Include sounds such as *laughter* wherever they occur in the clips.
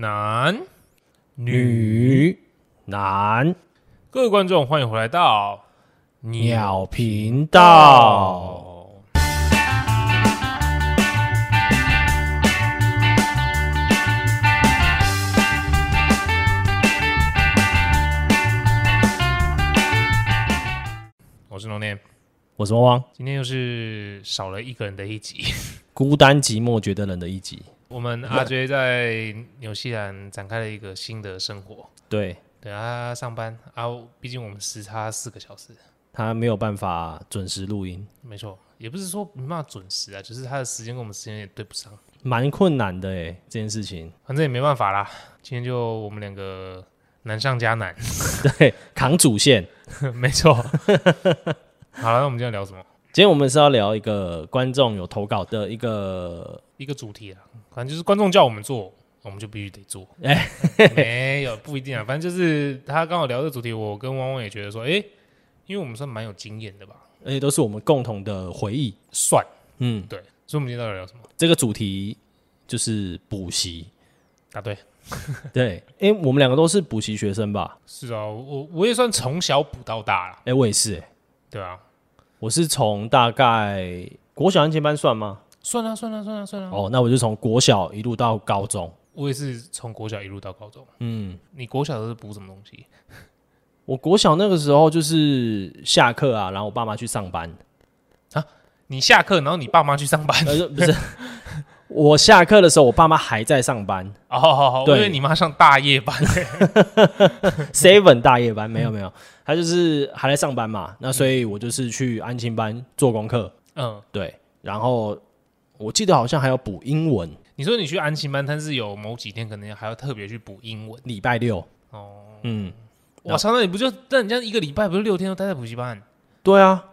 男女，女男各位观众，欢迎回来到鸟频道。我是龙念，我是汪汪，今天又是少了一个人的一集。孤单寂寞觉得冷的一集。我们阿 J 在纽西兰展开了一个新的生活。对对啊，上班啊，毕竟我们时差四个小时，他没有办法准时录音，没错，也不是说没办法准时啊，就是他的时间跟我们时间也对不上，蛮困难的诶，这件事情。反正也没办法啦。今天就我们两个难上加难， *laughs* 对，扛主线。没错。好了，那我们今天聊什么？今天我们是要聊一个观众有投稿的一个，一个主题啊，反正就是观众叫我们做，我们就必须得做。哎、没有不一定啊，反正就是他刚好聊这主题，我跟汪汪也觉得说，哎、因为我们算蛮有经验的吧，而且都是我们共同的回忆。算嗯，对。所以我们今天到底聊什么？这个主题就是补习。答啊对，对，因为我们两个都是补习学生吧？是啊，我我也算从小补到大啦，哎，我也是诶，对啊，我是从大概国小安全班算吗？算啊算啊算啊算啊，哦，那我就从国小一路到高中。我也是从国小一路到高中。嗯，你国小都是补什么东西？我国小那个时候就是下课啊，然后我爸妈去上班，你下课，然后你爸妈去上班。呃，不是， *laughs* 我下课的时候，我爸妈还在上班哦，好好好，我以对为你妈上大夜班。 *laughs* ，seven 大夜班没有没有，他就是还在上班嘛，那所以我就是去安亲班做功课，嗯，对，然后我记得好像还要补英文，你说你去安亲班，但是有某几天可能还要特别去补英文。礼拜六，哦，嗯，哇，常常你不就那你这样一个礼拜不是六天都待在补习班，对啊，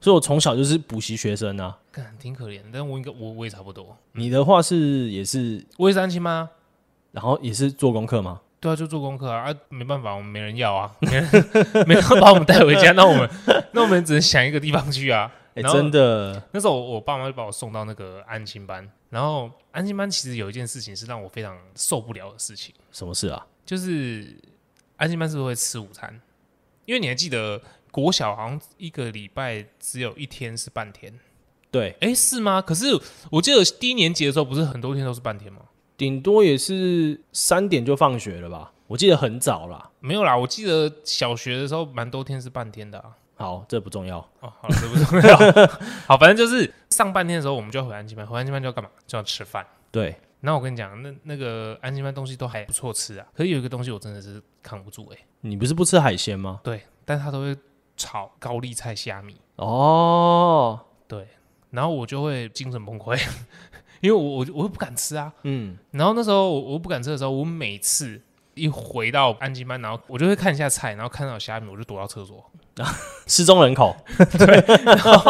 所以我从小就是补习学生啊，干挺可怜的。但我应该我我也差不多，你的话是也是，我也是安亲班啊。然后也是做功课吗？对啊，就做功课啊，啊，没办法，我们没人要啊，没人 *laughs* 没人把我们带回家，那我们那我们只能想一个地方去啊。哎、然后真的，那时候我我爸妈就把我送到那个安亲班，然后安亲班其实有一件事情是让我非常受不了的事情，什么事啊？就是安亲班是不是会吃午餐？因为你还记得国小好像一个礼拜只有一天是半天，对，哎、是吗？可是我记得低年级的时候不是很多天都是半天吗？顶多也是三点就放学了吧？我记得很早啦。没有啦，我记得小学的时候蛮多天是半天的啊。好，这不重要。哦，好了，这不重要。好，反正就是上半天的时候，我们就要回安亲班，回安亲班就要干嘛？就要吃饭。对，然后我跟你讲，那那个安亲班东西都还不错吃啊，可是有一个东西我真的是扛不住哎、你不是不吃海鲜吗？对，但他都会炒高丽菜虾米，哦，然后我就会精神崩溃， *laughs* 因为我我我又不敢吃啊。嗯，然后那时候我我不敢吃的时候，我每次一回到安亲班，然后我就会看一下菜，然后看到虾米，我就躲到厕所，失踪人口。然后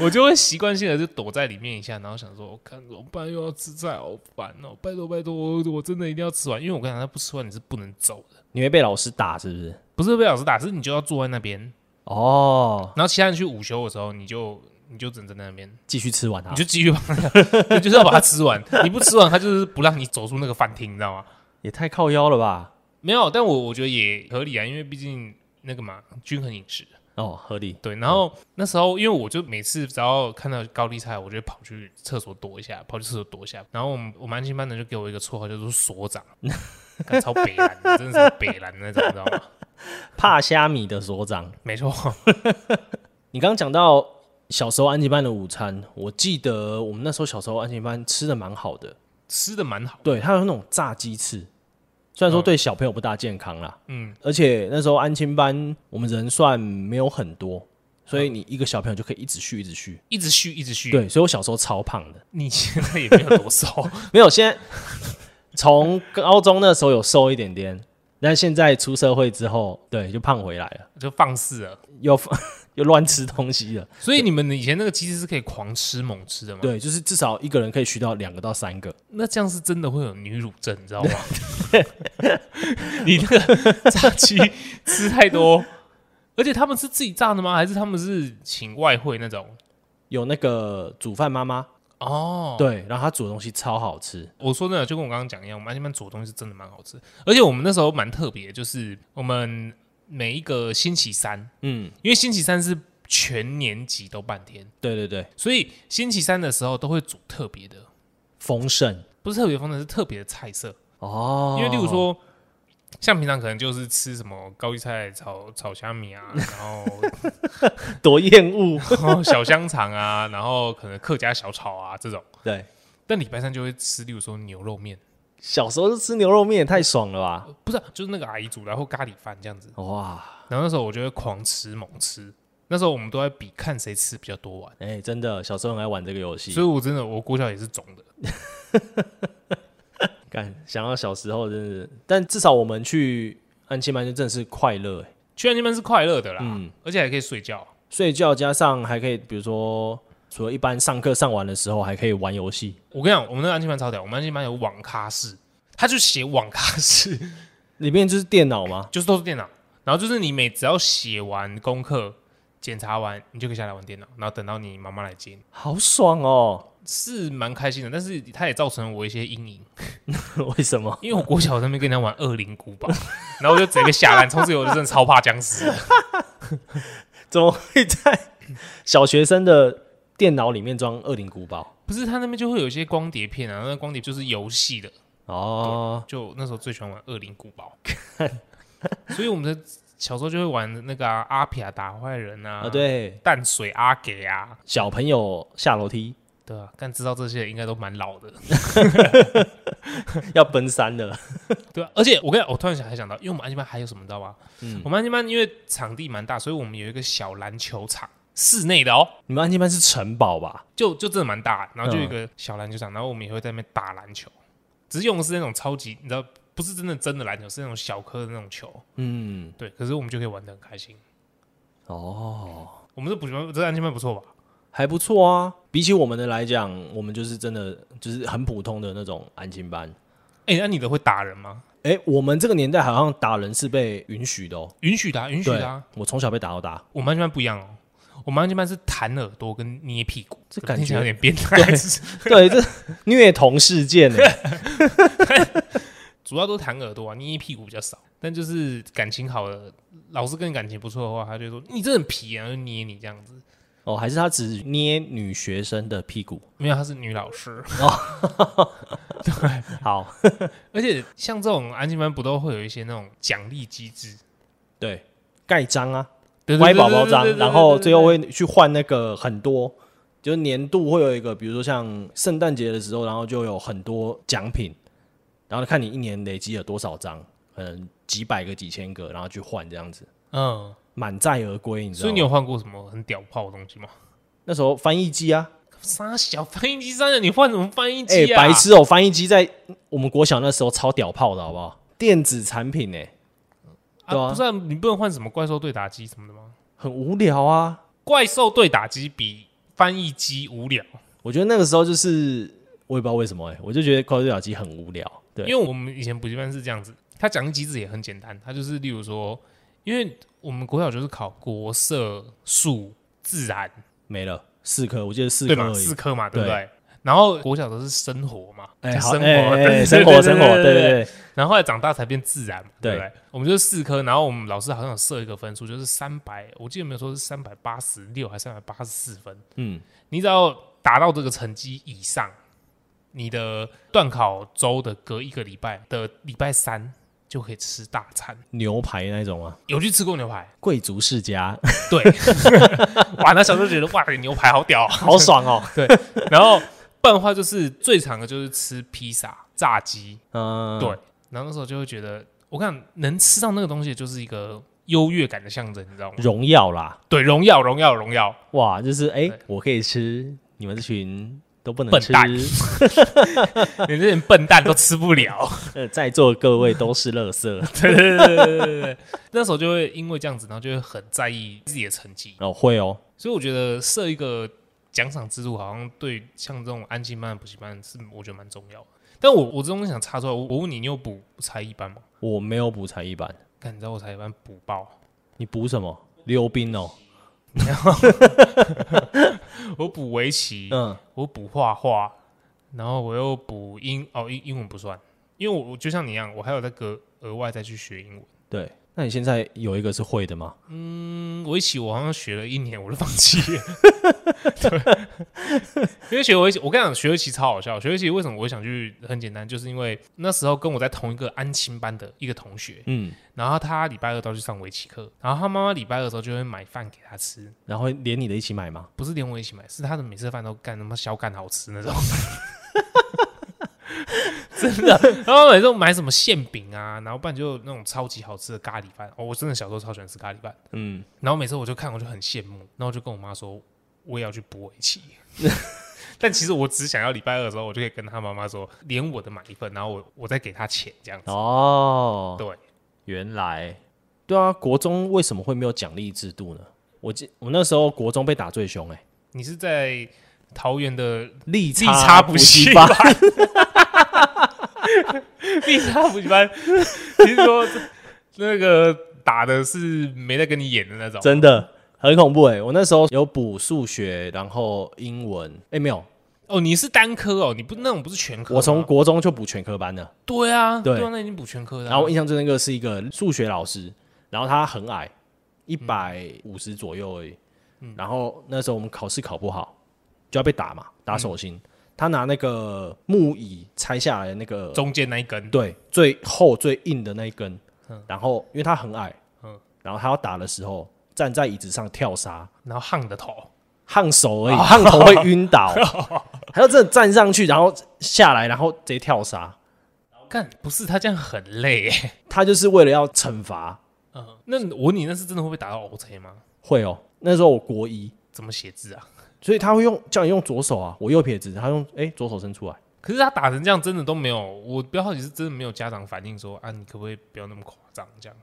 我就会习惯性的就躲在里面一下，然后想说，我看怎么办，又要吃菜，好烦哦！拜托拜托，我我真的一定要吃完，因为我跟你讲，他不吃完你是不能走的，你会被老师打是不是？不是被老师打，是你就要坐在那边，哦，然后其他人去午休的时候，你就你就只能在那边，继续吃完啊它你。就继续把它， *laughs* 你就是要把它吃完，你不吃完，他就是不让你走出那个饭厅，你知道吗？也太靠腰了吧？没有，但我我觉得也合理啊，因为毕竟那个嘛，均衡饮食。哦，合理。对，然后那时候因为我就每次只要看到高丽菜，我就会跑去厕所躲一下，跑去厕所躲一下。然后我们我们安心班的就给我一个绰号，叫做所长，干超北蓝的，真的是北蓝的那种，你知道吗？怕虾米的所长，没错，你刚刚讲到小时候安吉班的午餐，我记得我们那时候小时候安吉班吃的蛮好的，吃的蛮好，对，它有那种炸鸡翅，虽然说嗯对小朋友不大健康啦，嗯，而且那时候安亲班我们人算没有很多，所以你一个小朋友就可以一直续一直续。一直续一直嗯续。，对，所以我小时候超胖的，你现在也没有多瘦，没有。现在从高中那时候有瘦一点点，但现在出社会之后，对，就胖回来了， *laughs* 就放肆了。又 *laughs* 又乱吃东西了。所以你们以前那个鸡翅是可以狂吃猛吃的吗？，对，就是至少一个人可以续到两个到三个。那这样是真的会有女乳症，你知道吗？ *laughs* 你那个炸鸡吃太多，而且他们是自己炸的吗？还是他们是请外汇那种？有那个煮饭妈妈，哦，对，然后他煮的东西超好吃，我说真的，就跟我刚刚讲一样，我们安心班煮的东西是真的蛮好吃，而且我们那时候蛮特别，就是我们每一个星期三，嗯，因为星期三是全年级都半天，对对对，所以星期三的时候都会煮特别的，丰盛不是特别风的，是特别的菜色。哦，因为例如说，像平常可能就是吃什么高丽菜炒炒虾米啊，然 *laughs* 后 *laughs* 多 *laughs* 厌恶，然后小香肠啊，然后可能客家小炒啊这种。对，但礼拜三就会吃，例如说牛肉面，小时候就吃牛肉面也太爽了吧，不是啊、就是那个阿姨煮的，然后咖喱饭这样子。哇，然后那时候我就会狂吃猛吃，那时候我们都在比看谁吃比较多碗，哎、真的，小时候很爱玩这个游戏所，以我真的我国小也是肿的。干，想到小时候真是，但至少我们去安亲班就真的是快乐、哎去安亲班是快乐的啦，嗯而且还可以睡觉。睡觉加上还可以，比如说除了一般上课上完的时候，还可以玩游戏。我跟你讲，我们那个安亲班超屌，我们安亲班有网咖室，他就写网咖室，里面就是电脑吗？就是都是电脑。然后就是你每只要写完功课、检查完，你就可以下来玩电脑，然后等到你妈妈来接你，好爽哦！ *laughs* 是蛮开心的。但是它也造成我一些阴影，为什么？因为我国小那边跟人家玩恶灵古堡， *laughs* 然后我就直接被吓烂，从此以后我就真的超怕僵尸。怎么会在小学生的电脑里面装《恶灵古堡不是，他那边就会有一些光碟片啊，那光碟就是游戏的，》哦？就那时候最喜欢玩《恶灵古堡》，所以我们的小时候就会玩那个、啊、阿皮亚打坏人啊，啊，，对，淡水阿给啊，小朋友下楼梯对啊，但知道这些应该都蛮老的， *laughs* 要奔三了，对啊，而且我跟你讲我突然想还想到，因为我们安吉班还有什么你知道吗？嗯我们安吉班因为场地蛮大，所以我们有一个小篮球场，室内的哦。你们安亲班是城堡吧？就就真的蛮大，然后嗯就有一个小篮球场，然后我们也会在那边打篮球，只是用的是那种超级，你知道，不是真的真的篮球，是那种小颗的那种球，嗯，对。可是我们就可以玩的很开心。哦，我们这补习班，这安全班不错吧？还不错啊。比起我们的来讲，我们就是真的就是很普通的那种安亲班。哎、那你的会打人吗？哎、我们这个年代好像打人是被允许的哦。允许的、啊，允许对的、啊。，我从小被打到大，我们安全班不一样哦，我们安全班是弹耳朵跟捏屁股，这怎么感听起觉来有点变态。 *laughs* *laughs* 对，这虐童事件呢。主要都弹耳朵啊，捏屁股比较少。但就是感情好的，老师跟你感情不错的话，他就说你这很皮啊，然后就捏你这样子。哦，还是他只捏女学生的屁股？没有，她是女老师。好， *laughs* 而且像这种安静班不都会有一些那种奖励机制，对，盖章啊，对对歪对宝对宝对章对，对然对后对最后对会去换那个很多，就是年度会有一个，比如说像圣诞节的时候，然后就有很多奖品，然后看你一年累积了多少张，可能几百个、几千个，然后去换这样子，嗯，满载而归，你知道所吗？以你有换过什么很屌炮的东西吗？那时候翻译机啊，傻小翻译机三的，你换什么翻译哎、机啊？白！痴哦、翻译机在我们国小那时候超屌炮的好不好？电子产品哎、对啊啊，不是啊你不能换什么怪兽对打机什么的吗？很无聊啊。怪兽对打机比翻译机无聊，我觉得那个时候就是我也不知道为什么哎、我就觉得《怪兽对讲机》很无聊。因对，为我们以前补习班是这样子，它奖励机制也很简单，它就是例如说，因为我们国小就是考国社、数、自然，没了四颗，我记得四对颗嘛，而已四。科嘛，对对不对？然后国小都是生活嘛，哎，叫好，生活，哎哎对 *laughs* 生活，生活，对对对对，然后后来长大才变自然嘛，对对不对？我们就是四科，然后我们老师好像有设一个分数，就是三百，我记得没有说是三百八十六还是三百八十四分。嗯，你只要达到这个成绩以上，你的段考周的隔一个礼拜的礼拜三就可以吃大餐。牛排那种啊，有去吃过牛排？贵族世家，对，哇，那小时候觉得哇，牛排 *laughs* 好屌、啊。好爽哦。然后不然的话就是最常的就是吃披萨、炸鸡， *laughs* 嗯，对，然后那时候就会觉得，我看能吃到那个东西，就是一个优越感的象征，你知道吗？荣耀啦，对，荣耀，荣耀，荣耀。哇，就是哎对，我可以吃，你们这群都不能笨吃，蛋你这点笨蛋都吃不了。呃，在座各位都是垃 *laughs* 圾。对对对对对对。那时候就会因为这样子，然后就会很在意自己的成绩，哦，会哦，所以我觉得设一个奖赏制度，好像对像这种安静班、补习班是我觉得蛮重要的。但我我中间想插出来，我我问你，你有补才艺班吗？我没有补才艺班，看，你知道我才艺班补爆，你补什么？溜冰哦，我补围棋，嗯，我补画画，然后我又补英哦英英文不算，因为我我就像你一样，我还有那个额外再去学英文。对。那你现在有一个是会的吗？嗯，围棋我好像学了一年，我就放 *laughs* 弃了。对，因为学围棋，我跟你讲，学围棋超好笑。学围棋为什么我会想去？很简单，就是因为那时候跟我在同一个安亲班的一个同学，嗯，然后他礼拜二都去上围棋课，然后他妈妈礼拜二的时候就会买饭给他吃，然后连你的一起买吗？不是连我一起买，是他的每次饭都干他妈小干好吃那 *laughs* 种。真的，然后每次买什么馅饼啊，然后不然就那种超级好吃的咖喱饭。哦，我真的小时候超喜欢吃咖喱饭，嗯，然后每次我就看我就很羡慕，然后我就跟我妈说我也要去补围棋。 *laughs* 但其实我只想要礼拜二的时候，我就可以跟他妈妈说，连我的买一份，然后我我再给他钱这样子。哦，对，原来，对啊，国中为什么会没有奖励制度呢？我记我那时候国中被打最凶、欸，哎，你是在桃园的利利差补补习 *laughs* 班班，利差补习班，听说那个打的是没在跟你演的那种， *laughs* 真的很恐怖哎、我那时候有补数学，然后英文，哎、没有，哦，你是单科哦，你不那种不是全科吗，我从国中就补全科班了。对啊，对对啊，那已经补全科的啊，然后我印象最深刻是一个数学老师，然后他很矮，嗯一百五十左右而已。然后那时候我们考试考不好，就要被打嘛，打嗯手心。他拿那个木椅拆下来的那个，中间那一根，对，最厚最硬的那一根。然后因为他很矮，然后他要打的时候站在椅子上跳杀，然后夯的头，烫手 *laughs* 而已，哦烫头会晕倒。 *laughs* 他就真的站上去，然后下来，然后直接跳杀。干不是他这样很累耶，他就是为了要惩罚，嗯，那我问你那是真的会被打到 OK 吗？会哦。那时候我国一，怎么写字啊？所以他会用叫你用左手啊，我右撇子，他用哎、左手伸出来，可是他打成这样，真的都没有，我比较好奇是真的没有家长反映说啊，你可不可以不要那么夸张这样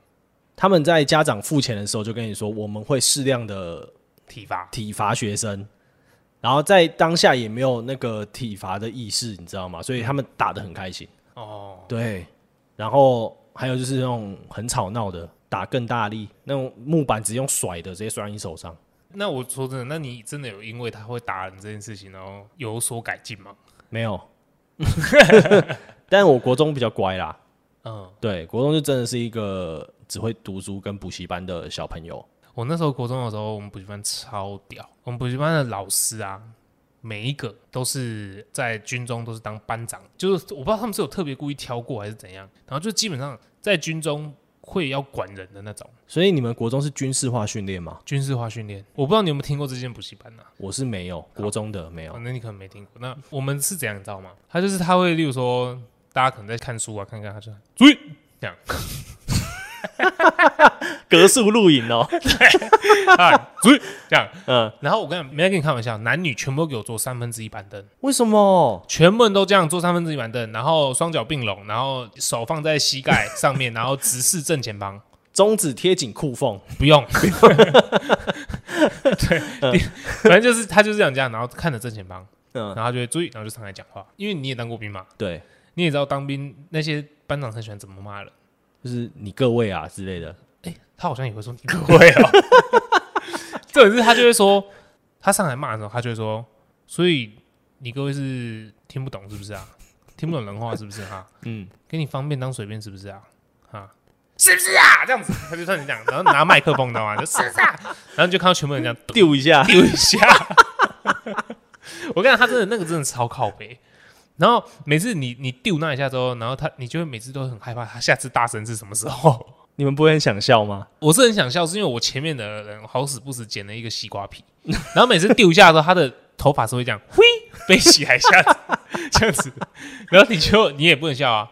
他们在家长付钱的时候就跟你说，我们会适量的体罚？体罚学生，然后在当下也没有那个体罚的意识，你知道吗？所以他们打得很开心，哦，对。然后还有就是那种很吵闹的，打更大力，那种木板直接用甩的，直接甩你手上。那我说真的，那你真的有因为他会打人这件事情，然后有所改进吗？没 *laughs* 有，但我国中比较乖啦。嗯，对，国中就真的是一个只会读书跟补习班的小朋友。我那时候国中的时候，我们补习班超屌，我们补习班的老师啊，每一个都是在军中都是当班长，就是我不知道他们是有特别故意挑过还是怎样，然后就基本上在军中会要管人的那种所以你们国中是军事化训练吗？军事化训练。我不知道你有没有听过这间补习班啊？我是没有，国中的没有哦。那你可能没听过。那我们是怎样，你知道吗？他就是他会，例如说，大家可能在看书啊，看看他就注意， *laughs* 格数录影哦，哎，注意这样。嗯，然后我跟你讲，没在跟你开玩笑，男女全部都给我做三分之一板凳，为什么？全部人都这样做三分之一板凳，然后双脚并拢，然后手放在膝盖上面，然后直视正前方， *laughs* 中指贴紧裤缝，不用。对，反正就是他就是这样这样，然后看着正前方，嗯然，后他就会注意，然后就上来讲话。因为你也当过兵嘛，对，你也知道当兵那些班长很喜欢怎么骂人，就是你各位啊之类的。他好像也会说你各位 *laughs* 哦。这点是他就会说，他上来骂的时候，他就会说，所以你各位是听不懂是不是啊？听不懂人话是不是 *laughs* 啊？嗯，给你方便当随便是不是啊？啊，是不是啊？这样子，他就算你这样，然后拿麦克风，你知道吗？就是不是啊？然后就看到全部人这样丢丢一下，嗯丢一下。 *laughs* 我跟你讲，他真的那个真的超靠背。然后每次你你丢那一下之后，然后他你就会每次都很害怕，他下次大声是什么时候？你们不会很想笑吗？我是很想笑，是因为我前面的人好死不死捡了一个西瓜皮， *laughs* 然后每次丢一下的时候，他的头发是会这样挥飞起来， *laughs* 下子这样子，然后你就你也不能笑啊，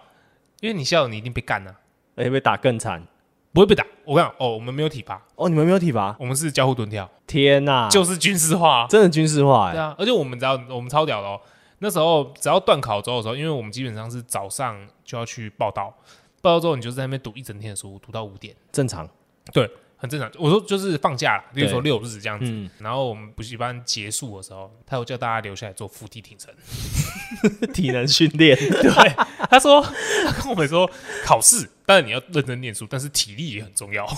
因为你笑你一定被干啊，而且被打更惨。不会被打。我跟你讲哦，我们没有体罚，哦，你们没有体罚？我们是交互蹲跳，天哪、就是军事化、啊。真的军事化哎、 *laughs* 对啊，而且我们只要我们超屌的哦，那时候只要断考周的时候，因为我们基本上是早上就要去报道，报到之后你就在那边读一整天的书，读到五点，正常。很正常。我说就是放假啦，例如说六日这样子。嗯，然后我们补习班结束的时候，他有叫大家留下来做腹地挺身。 *laughs* 体能训 *laughs* 练。他说，他跟我们说，考试当然你要认真念书，但是体力也很重要。 *laughs*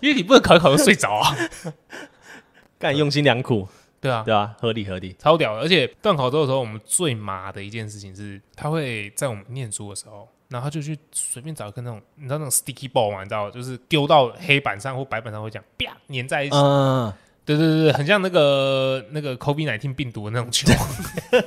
因为你不能考一考就睡着啊。干用心良苦，对啊，对吧、合理合理，超屌的！而且断考周的时候，我们最麻的一件事情是，他会在我们念书的时候，然后他就去随便找一个那种，你知道那种 sticky ball 吗？你知道，就是丢到黑板上或白板上会讲，啪粘在一起。嗯，对对对对，很像那个那个 COVID 1 9病毒的那种球。对，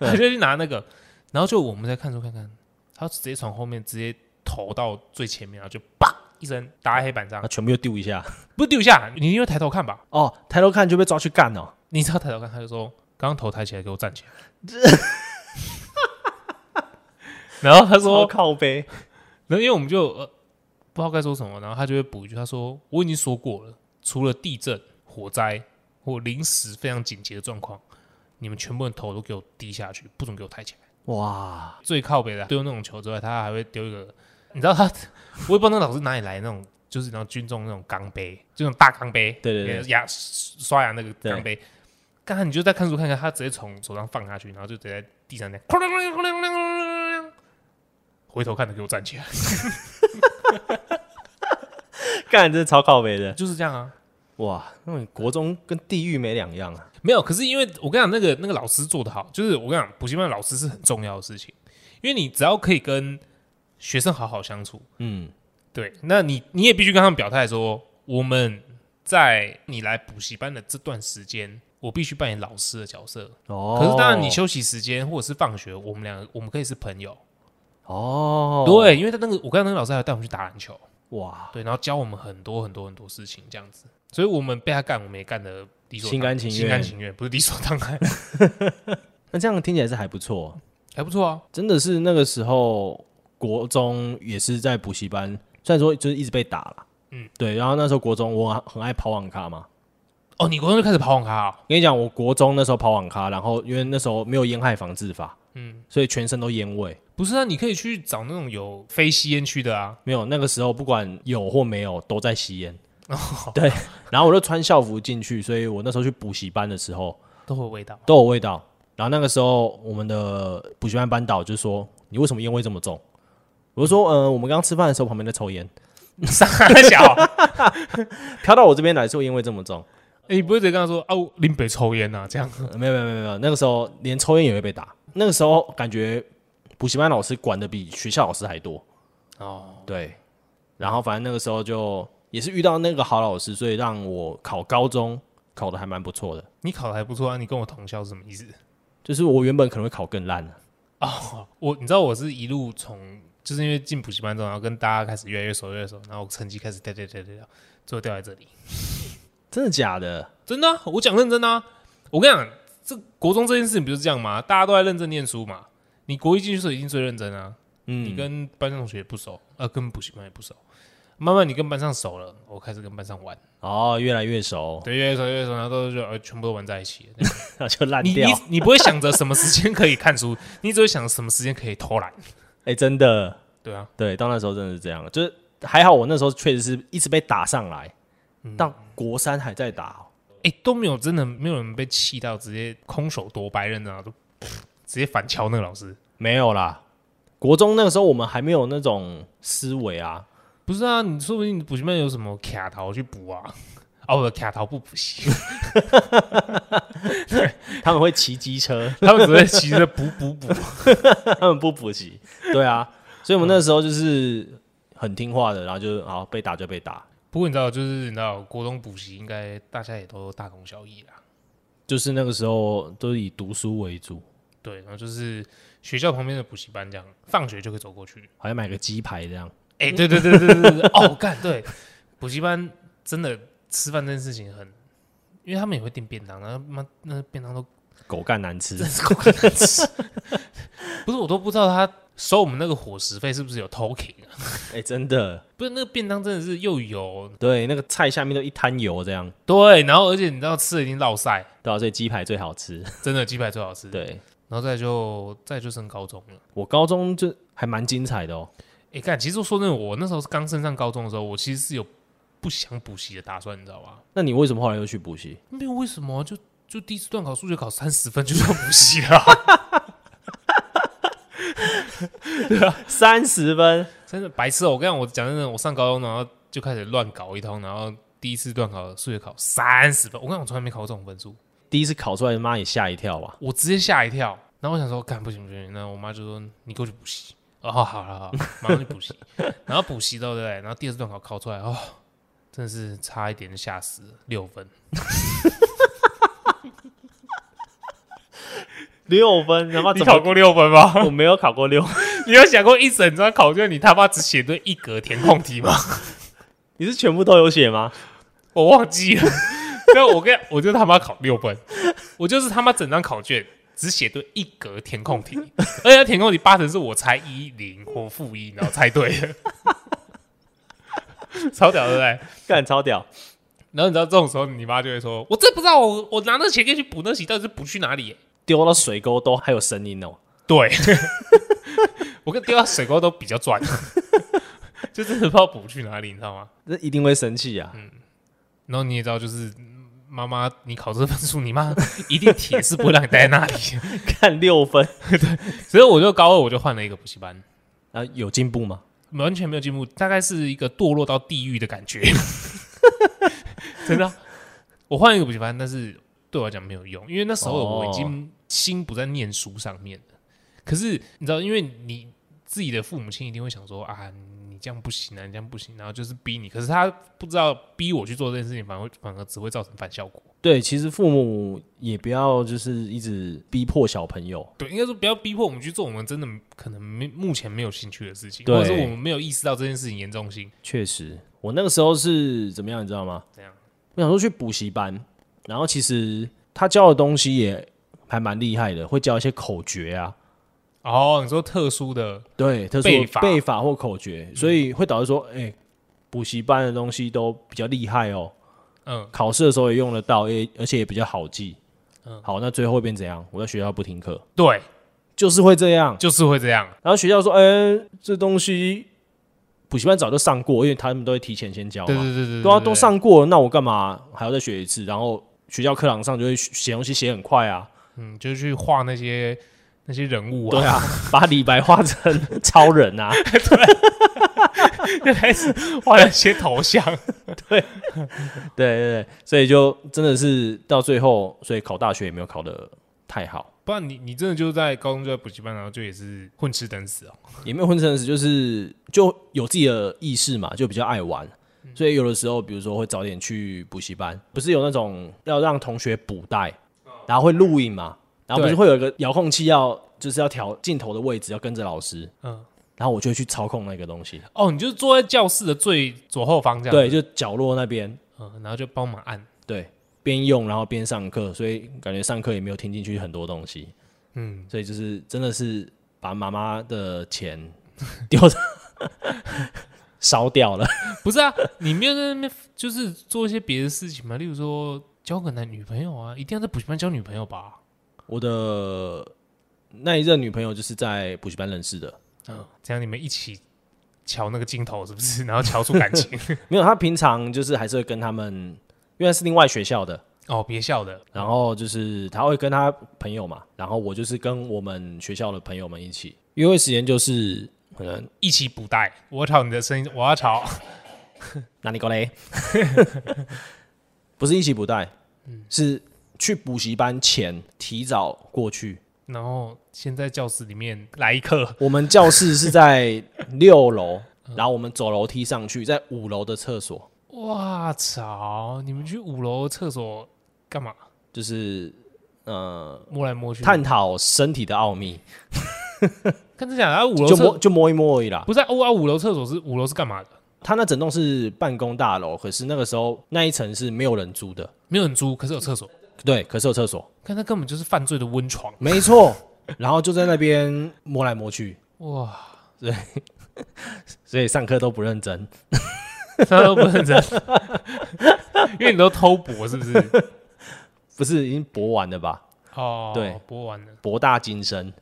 他就去拿那个，然后就我们在看书看看，他直接从后面直接投到最前面，然后就啪一声打在黑板上那，全部又丢一下。不是丢下，你因为抬头看吧，哦，抬头看就被抓去干哦，你只要抬头看，他就说：“刚刚头抬起来，给我站起来。”然后他说超，靠背，然后因为我们就呃不知道该说什么，然后他就会补一句，他说：“我已经说过了，除了地震、火灾或临时非常紧急的状况，你们全部人头都给我低下去，不准给我抬起来。哇，”最靠北的丢那种球之外，他还会丢一个，你知道他，我也不知道那老师哪里来那种，就是然后军中那种钢杯，就那种大钢杯，对对对，牙刷牙那个钢杯，刚才你就在看书看看，他直接从手上放下去，然后就直接在地上那样，哐啷哐啷哐啷哐啷哐啷哐啷回头看着给我站起来，干这超靠背的，就是这样啊。哇，那种国中跟地狱没两样啊，没有，可是因为我跟你讲，那个那个老师做的好，就是我跟你讲，补习班的老师是很重要的事情，因为你只要可以跟学生好好相处，嗯，对，那你你也必须跟他们表态说，我们在你来补习班的这段时间，我必须扮演老师的角色，哦，可是当然，你休息时间或者是放学，我们两个我们可以是朋友。哦，对，因为他那个我刚才那个老师还有带我们去打篮球，哇，对，然后教我们很多很多很多事情这样子，所以我们被他干，我们也干的理所心当甘情心甘愿情愿，不是理所当然，那这样听起来是还不错，还不错啊。真的是那个时候国中也是在补习班，虽然说就是一直被打了，嗯嗯，对，然后那时候国中我很爱跑网咖嘛，哦，你国中就开始跑网咖哦，跟你讲，我国中那时候跑网咖，然后因为那时候没有烟害防治法，嗯嗯，所以全身都烟味。不是啊？你可以去找那种有非吸烟区的啊。没有，那个时候不管有或没有都在吸烟。哦，对，然后我就穿校服进去，所以我那时候去补习班的时候都会有味道。都有味道。然后那个时候我们的补习班班导就说：“你为什么烟味这么重？”我就说：“嗯、我们刚刚吃饭的时候旁边在抽烟，傻小，飘到我这边来，说烟味这 *laughs* 么重。哎你不会直接跟他说啊，我林北抽烟啊，这样呃”没有没有没有没有，那个时候连抽烟也会被打。那个时候感觉补习班老师管的比学校老师还多。哦，对，然后反正那个时候就也是遇到那个好老师，所以让我考高中考的还蛮不错的。你考的还不错啊，你跟我同校是什么意思？就是我原本可能会考更烂啊哦，我你知道我是一路从就是因为进补习班之后，然后跟大家开始越来越熟越来越熟，然后成绩开始掉掉掉掉掉，最后掉在这里。真的假的？真的啊、我讲认真啊！我跟你讲，这国中这件事情不就是这样吗？大家都在认真念书嘛。你国一进去的时候一定最认真啊，你嗯，跟班上同学也不熟，呃，跟补习班也不熟。慢慢你跟班上熟了，我开始跟班上玩，哦，越来越熟， *laughs* 对，越来越熟越来越熟，然后都就呃全部都玩在一起了。那就烂你掉你。你不会想着什么时间可以看书，你只会想什么时间可以偷懒，哎、真的，对啊。对，到那时候真的是这样，就是还好我那时候确实是一直被打上来，嗯到国三还在打哦、哎、都没有真的没有人被气到直接空手夺白刃啊，都直接反敲那个老师。没有啦。国中那个时候我们还没有那种思 *laughs* 维啊，不是啊，你说不定你补习班有什么卡逃去补啊？ *laughs* 哦，不，卡逃不补习，他们会骑机车， *laughs* 他们只会骑着补补补。 *laughs* 他们不补习，对啊，所以我们那时候就是很听话的，然后就好被打就被打，不过你知道，就是你知道，国中补习应该大家也都大同小异啦。就是那个时候都是以读书为主，对，然后就是学校旁边的补习班，这样放学就可以走过去。好像买个鸡排这样，哎、对对对对对对，对哦，干对，补习班真的吃饭这件事情很，因为他们也会订便当，然后妈那便当都狗干难吃真，是够难吃。不是，我都不知道他收我们那个伙食费是不是有偷 o k 啊？ *laughs* 哎、真的，不是，那个便当真的是又油，对，那个菜下面都一滩油这样，对，然后而且你知道吃的已经落晒，对啊，所以鸡排最好吃，真的鸡排最好吃。，对然后再就再就升高中了。我高中就还蛮精彩的哦，哎，干，其实说真的，我那时候是刚升上高中的时候，我其实是有不想补习的打算，你知道吧？那你为什么后来又去补习？没有为什么，就就第一次段考数学考三十分就算补习了 *laughs* 啊，三十分，真的白痴哦！我跟你讲，我讲真的，我上高中然后就开始乱搞一通，然后第一次乱搞数学考三十分，我跟你讲我从来没考过这种分数，第一次考出来，妈也吓一跳吧。我直接吓一跳。然后我想说，干不行不行，那我妈就说你给我去补习。哦，好好好，好马上去补习。然后补习到对不对？然后第二次段考考出来，哦，真的是差一点就吓死了，六分。六分，他妈你怎考么？过六分 *laughs* 吗？我没有考过六， *laughs* 你有想过一整张考卷你他妈只写对一格填空题吗？你是全部都有写吗？我忘记了。 *laughs* 但我跟我就他妈考六分，我就是他妈整张考卷只写对一格填空题，而且填空题八成是我猜一零或负一，然后猜对了， *laughs* 超屌对不对？干超屌！然后你知道这种时候，你妈就会说：“我真不知道我我拿那钱可以去补那习，到底是补去哪里、丢到水沟都还有声音哦。对， *laughs* 我跟丢到水沟都比较赚， *laughs* 就真的不知道补去哪里，你知道吗？这一定会生气啊！然后你也知道，就是嗯妈妈，你考这分数，你妈 *laughs* 一定铁是不会让你待在那里。 *laughs* 看六分，所以我就高二我就换了一个补习班，啊，有进步吗？完全没有进步，大概是一个堕落到地狱的感觉。 *laughs* 真的啊、我换一个补习班，但是对我来讲没有用，因为那时候我已经心不在念书上面了。可是你知道，因为你自己的父母亲一定会想说啊，你这样不行啊，你这样不行，然后就是逼你。可是他不知道逼我去做这件事情，反而会反而只会造成反效果。对，其实父母也不要就是一直逼迫小朋友，对，应该说不要逼迫我们去做我们真的可能没目前没有兴趣的事情，对或者是我们没有意识到这件事情严重性。确实，我那个时候是怎么样，你知道吗？怎样？我想说去补习班，然后其实他教的东西也还蛮厉害的，会教一些口诀啊，哦，你说特殊的，对，特殊背法背法或口诀，嗯所以会导致说，哎、补习班的东西都比较厉害哦，嗯，考试的时候也用得到，也而且也比较好记。嗯好，那最后会变怎样？我在学校不听课，对，就是会这样。就是会这样。然后学校说，哎、这东西补习班早就上过，因为他们都会提前先教嘛。对对对对对，对啊，对都。上过了，那我干嘛还要再学一次？然后学校课堂上就会写东西写很快啊，嗯，就是去画那些那些人物对啊，啊，把李白画成 *laughs* 超人啊，开始 *laughs* 画那些头像。对对对，所以就真的是到最后，所以考大学也没有考得太好，不然你你真的就在高中就在补习班，然后就也是混吃等死哦。也没有混成时，就是就有自己的意识嘛，就比较爱玩。嗯所以有的时候，比如说会早点去补习班，不是有那种要让同学补带，然后会录影嘛，然后不是哦对会有一个遥控器要就是要调镜头的位置，要跟着老师，嗯，然后我就会去操控那个东西。哦，你就是坐在教室的最左后方这样。对，，就角落那边，嗯，然后就帮忙按。对，边用然后边上课，所以感觉上课也没有听进去很多东西，嗯，所以就是真的是把妈妈的钱 *laughs* 丢的烧掉了。不是啊，你没有在那边就是做一些别的事情嘛，例如说交个男女朋友啊，一定要在补习班交女朋友吧？我的那一任女朋友就是在补习班认识的，嗯，这样你们一起瞧那个镜头是不是？ *laughs* 然后瞧出感情。没有，她平常就是还是会跟他们，因为是另外学校的。哦，别笑的，然后就是她会跟她朋友嘛，然后我就是跟我们学校的朋友们一起约会时间，就是可能一起补带。我吵你的声音，我要吵。哪里 *laughs* 搞嘞？不是一起补带，嗯是去补习班前提早过去。然后先在教室里面来一课，我们教室是在六楼，嗯然后我们走楼梯上去，在五楼的厕所，哇操！你们去五楼厕所干嘛？就是呃摸来摸去，探讨身体的奥秘，看这讲啊，五楼就厕摸就摸一摸而已啦。不是啊，哦啊五楼厕所是五楼是干嘛的？他那整栋是办公大楼，可是那个时候那一层是没有人租的，没有人租，可是有厕所，对，可是有 *laughs* 厕所，看那根本就是犯罪的温床没错。然后就在那边摸来摸去，哇！所以上课都不认真。他都不认真， *laughs* 因为你都偷博是不是？不是已经博完了吧？哦，对，博完了，博大精深，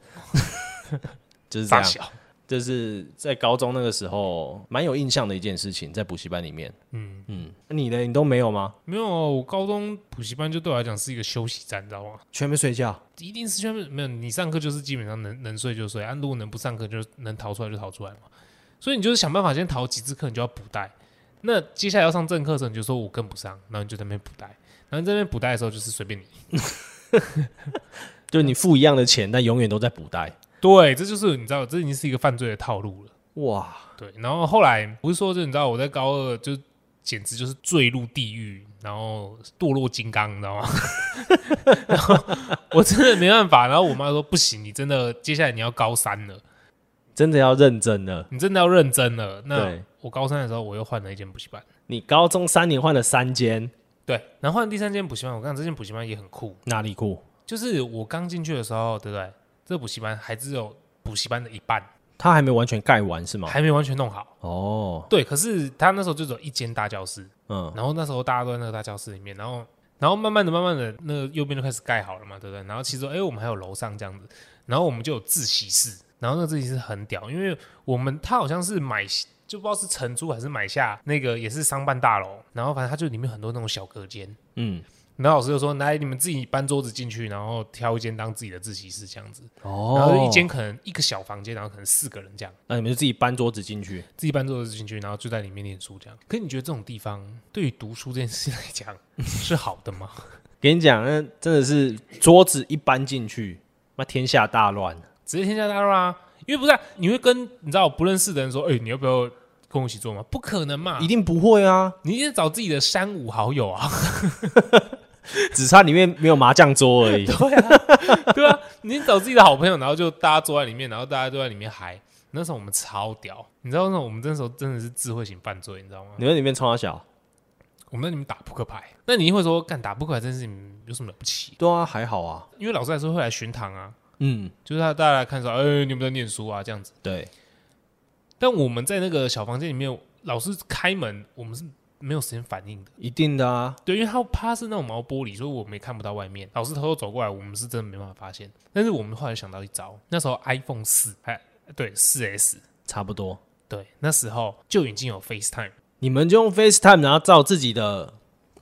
*laughs* 就是这傻样。小，这是在高中那个时候蛮有印象的一件事情，在补习班里面。嗯，嗯，你呢？你都没有吗？没有，啊我高中补习班就对我来讲是一个休息站，你知道吗？全没睡觉。一定是全部没有，你上课就是基本上能能睡就睡，啊，如果能不上课就能逃出来就逃出来嘛。所以你就是想办法先逃几次课，你就要补带，那接下来要上正课的时候，你就说我跟不上，然后你就在那边补带，然后你在那边补带的时候就是随便你。就你付一样的钱，但永远都在补带。对，这就是你知道，这已经是一个犯罪的套路了。哇，对，然后后来不是说，就你知道我在高二就简直就是坠入地狱，然后堕落金刚，你知道吗？ *laughs* 然后我真的没办法，然后我妈说不行，你真的接下来你要高三了，真的要认真了。你真的要认真了。那对我高三的时候，我又换了一间补习班。你高中三年换了三间，对，然后换第三间补习班，我看这间补习班也很酷，哪里酷？就是我刚进去的时候，对不对？这补习班还只有补习班的一半，他还没完全盖完是吗？还没完全弄好。哦，对，可是他那时候就只有一间大教室，嗯，然后那时候大家都在那个大教室里面，然后然后慢慢的、慢慢的，那个右边就开始盖好了嘛，对不对？然后其实哎、我们还有楼上这样子，然后我们就有自习室，然后那个自习室很屌，因为我们他好像是买。就不知道是承租还是买下那个也是商办大楼，然后反正它就里面很多那种小隔间，嗯，然后老师就说来你们自己搬桌子进去，然后挑一间当自己的自习室这样子，哦，然后就一间，可能一个小房间，然后可能四个人这样，那你们就自己搬桌子进去，自己搬桌子进去，然后就在里面念书这样。可你觉得这种地方对于读书这件事来讲 *laughs* 是好的吗？给你讲，那真的是桌子一搬进去，那天下大乱。直接天下大乱啊！因为不是、啊、你会跟你知道不认识的人说，哎、你要不要跟我一起做吗？不可能嘛一！定不会啊，你一定找自己的三五好友 *laughs* 啊，只差里面没有麻将桌 *laughs* 而已。对啊，你一定找自己的好朋友，然后就大家坐在里面，然后大家都在里面嗨。那时候我们超屌，你知道那时候我们那时候真的是智慧型犯罪，你知道吗？你们里面冲他小，我们在里面打扑克牌，那你一定会说，干打扑克牌这件事情有什么了不起？对啊，还好啊。因为老师还是会来巡堂啊，嗯，就是他大家来看说，哎、你有没有在念书啊？这样子。对，但我们在那个小房间里面，老师开门，我们是没有时间反应的。一定的啊。对，因为他趴是那种毛玻璃，所以我们也看不到外面。老师偷偷走过来，我们是真的没办法发现。但是我们后来想到一招，那时候 *laughs* iPhone 四，哎，对，四 S，差不多。对，那时候就已经有 FaceTime。你们就用 FaceTime，然后照自己的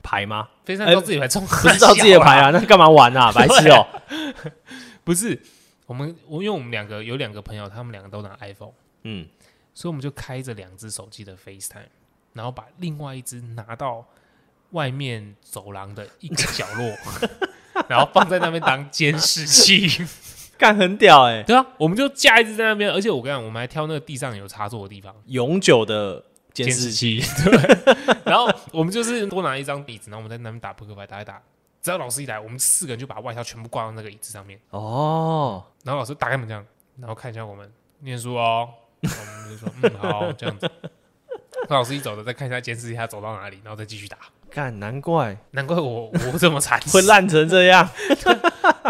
牌 *laughs* 吗？ FaceTime 哎照自己牌冲，不是照自己的牌啊，那干嘛玩 *laughs* 啊？白痴哦、不是，我们我因为我们两个有两个朋友，他们两个都拿 iPhone，嗯，所以我们就开着两只手机的 FaceTime，然后把另外一只拿到外面走廊的一个角落，然后放在那边当监视器。干很屌哎、对啊，我们就架一只在那边，而且我跟你讲，我们还挑那个地上有插座的地方。永久的监视器。器，对。然后我们就是多拿一张椅子，然后我们在那边打扑克牌，打一打。只要老师一来，我们四个人就把外套全部挂到那个椅子上面。 *laughs* 哦，然后老师打开门这样，然后看一下我们念书哦，然后我们就说嗯好这样子。那老师一走的，再看一下监视器他走到哪里，然后再继续打。干难怪，难怪我我这么惨 *laughs* 会烂成这样。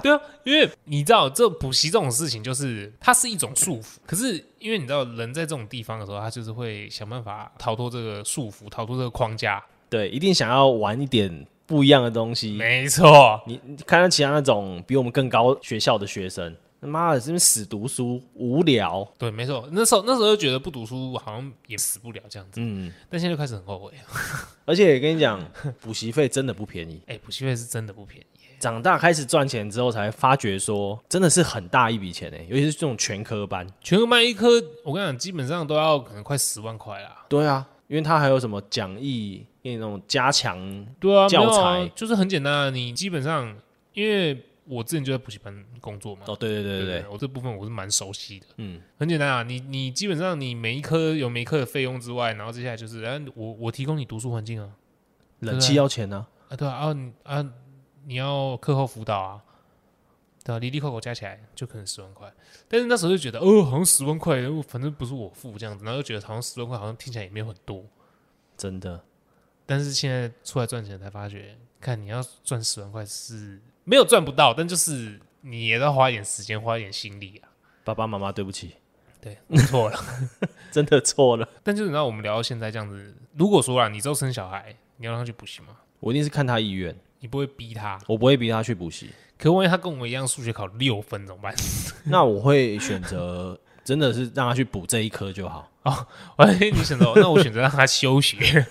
对啊，因为你知道这补习这种事情，就是它是一种束缚。可是因为你知道人在这种地方的时候，他就是会想办法逃脱这个束缚，逃脱这个框架。对，一定想要玩一点不一样的东西。没错，你你看到其他那种比我们更高学校的学生，他妈的，这边死读书无聊。对，没错。那时候那时候就觉得不读书好像也死不了这样子，嗯，但现在就开始很后悔。而且也跟你讲， *laughs* 补习费真的不便宜。哎、补习费是真的不便宜，长大开始赚钱之后，才发觉说真的是很大一笔钱诶、欸尤其是这种全科班。全额班一科，我跟你讲，基本上都要可能快十万块啦。对啊，因为他还有什么讲义，给你那种加强对啊，教没有啊材就是很简单啊。你基本上，因为我之前就在补习班工作嘛，哦，对对对对对，我这部分我是蛮熟悉的。嗯，很简单啊，你你基本上你每一科有每一科的费用之外，然后接下来就是，然、后我我提供你读书环境啊，冷气要钱呢、啊对啊，啊你啊你要课后辅导啊，对啊，离离扣扣加起来就可能十万块，但是那时候就觉得哦，好像十万块，哦反正不是我付这样子，然后就觉得好像十万块好像听起来也没有很多，真的但是现在出来赚钱才发觉，看你要赚十万块是没有赚不到，但就是你也要花一点时间，花一点心力啊。爸爸妈妈对不起， *laughs* 对，我错 *laughs* 了。真的错了。但就是你知道，我们聊到现在这样子，如果说啦，你之后生小孩，你要让他去补习吗？我一定是看他意愿，你不会逼他，我不会逼他去补 *laughs* 习。 *laughs* 可万一他跟我一样数学考六分怎么 *laughs* 办？那我会选择真的是让他去补这一科就好。万一哎你选择，那我选择让他休 *laughs* 学，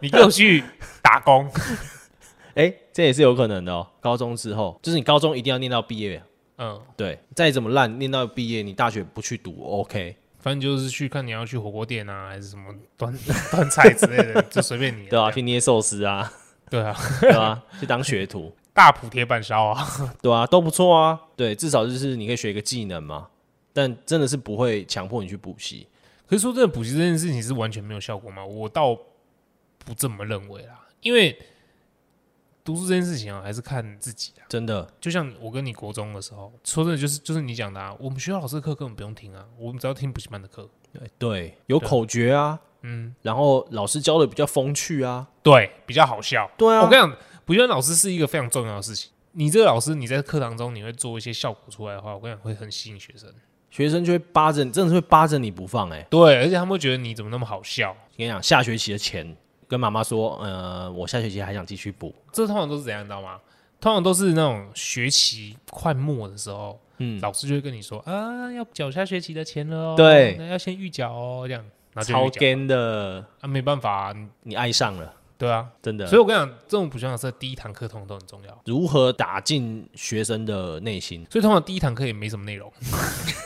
你给我去打工。哎、这也是有可能的哦。高中之后，就是你高中一定要念到毕业，嗯，对，再怎么烂念到毕业，你大学不去读 OK，反正就是去看你要去火锅店啊，还是什么端端菜之类的，就随便你、对啊，这样去捏寿司 *laughs* 啊，对啊，对啊，去当学徒，大埔铁板烧啊，对啊，都不错啊。对，至少就是你可以学一个技能嘛，但真的是不会强迫你去补习。可是说真的，补习这件事情是完全没有效果吗？我倒不这么认为啦，因为读书这件事情啊，还是看自己啊。真的，就像我跟你国中的时候，说真的，就是就是你讲的啊，我们学校老师的课根本不用听啊，我们只要听补习班的课。对，有口诀啊，嗯，然后老师教的比较风趣啊，对，比较好笑。对啊我跟你讲，补习班老师是一个非常重要的事情。你这个老师，你在课堂中你会做一些效果出来的话，我跟你讲会很吸引学生。学生就会扒着你，真的是会扒着你不放哎、对，而且他们会觉得你怎么那么好笑。跟你讲，下学期的钱跟妈妈说，呃，我下学期还想继续补，这通常都是怎样，你知道吗？通常都是那种学期快末的时候，嗯，老师就会跟你说啊，要缴下学期的钱了哦，对那要先预缴哦，这样，然后就超预缴 gay 的，啊，没办法、啊，你你爱上了，对啊。真的。所以我跟你讲，这种补习班老师的第一堂课通常都很重要，如何打进学生的内心？所以通常第一堂课也没什么内容， *laughs*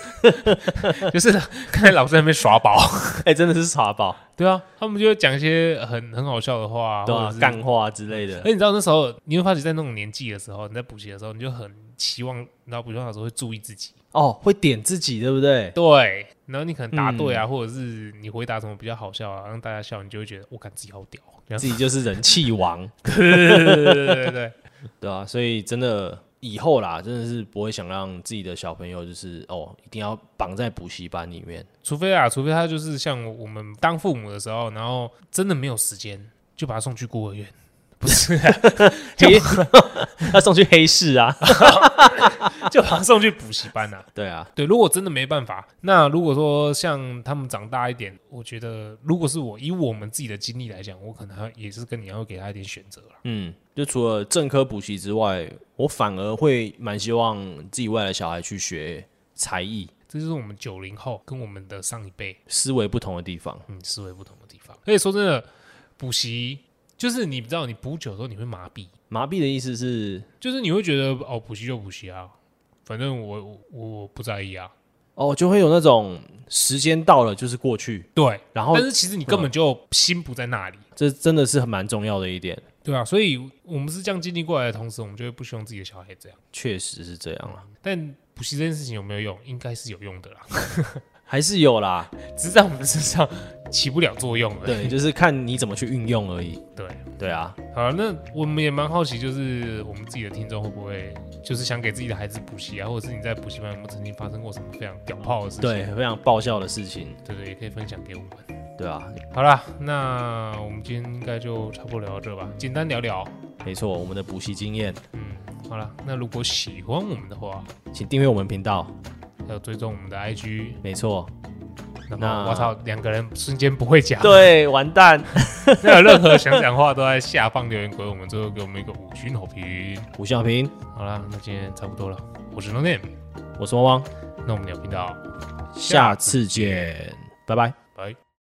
就是看才老师在那边耍宝， *laughs* 哎，真的是耍宝，对啊，他们就会讲一些很很好笑的话，对或啊者，是干话之类的而，且你知道那时候，你会发觉在那种年纪的时候，你在补习的时候，你就很期望，然后补习班老师会注意自己， *laughs* 哦，会点自己，对 *laughs* 不对？对，然后你可能答对啊，或者是你回答什么比较好笑啊，让大家笑，你就会觉得我感自己好屌，这样自己就是人气王，对对对对对对， *laughs* 对啊，所以真的以后啦，真的是不会想让自己的小朋友就是哦，一定要绑在补习班里面。除非啊，除非他就是像我们当父母的时候，然后真的没有时间，就把他送去孤儿院，不是、 *laughs* 啊，就黑 *laughs* 要送去黑市啊， *laughs* 就把他送去补习班啊。对啊，对，如果真的没办法，那如果说像他们长大一点，我觉得如果是我以我们自己的经历来讲，我可能还也是跟你要给他一点选择啦。嗯，就除了正科补习之外，我反而会蛮希望自己未来的小孩去学才艺，这就是我们九零后跟我们的上一辈思维不同的地方。嗯思维不同的地方。而且说真的，补习就是你知道，你补久之后你会麻痹，麻痹的意思是，就是你会觉得哦，补习就补习啊，反正我我我不在意啊。哦，就会有那种时间到了就是过去，对，然后嗯但是其实你根本就心不在那里。这真的是很蛮重要的一点，对啊，所以我们是这样经历过来的同时，我们就会不希望自己的小孩这样。确实是这样啊，但补习这件事情有没有用？应该是有用的啦。还是有啦，只是在我们身上起不了作用了。对，就是看你怎么去运用而已。对，对啊，好，那我们也蛮好奇，就是我们自己的听众会不会就是想给自己的孩子补习啊，或者是你在补习班有没有曾经发生过什么非常屌炮的事情？对，非常爆笑的事情，对对，也可以分享给我们。对啊，好啦，那我们今天应该就差不多聊到这吧，简单聊聊。没错，我们的补习经验，嗯，好啦，那如果喜欢我们的话，请订阅我们频道。还有追踪我们的 IG。没错，那那么我操，两个人瞬间不会讲。 *laughs* 对，完蛋，那有任何想讲话都在下方留言给我们，最后给我们一个五星好评。吴小平，好啦，那今天差不多了，我是 No Name。我是汪汪，那我们聊频道，下次见，拜拜。拜。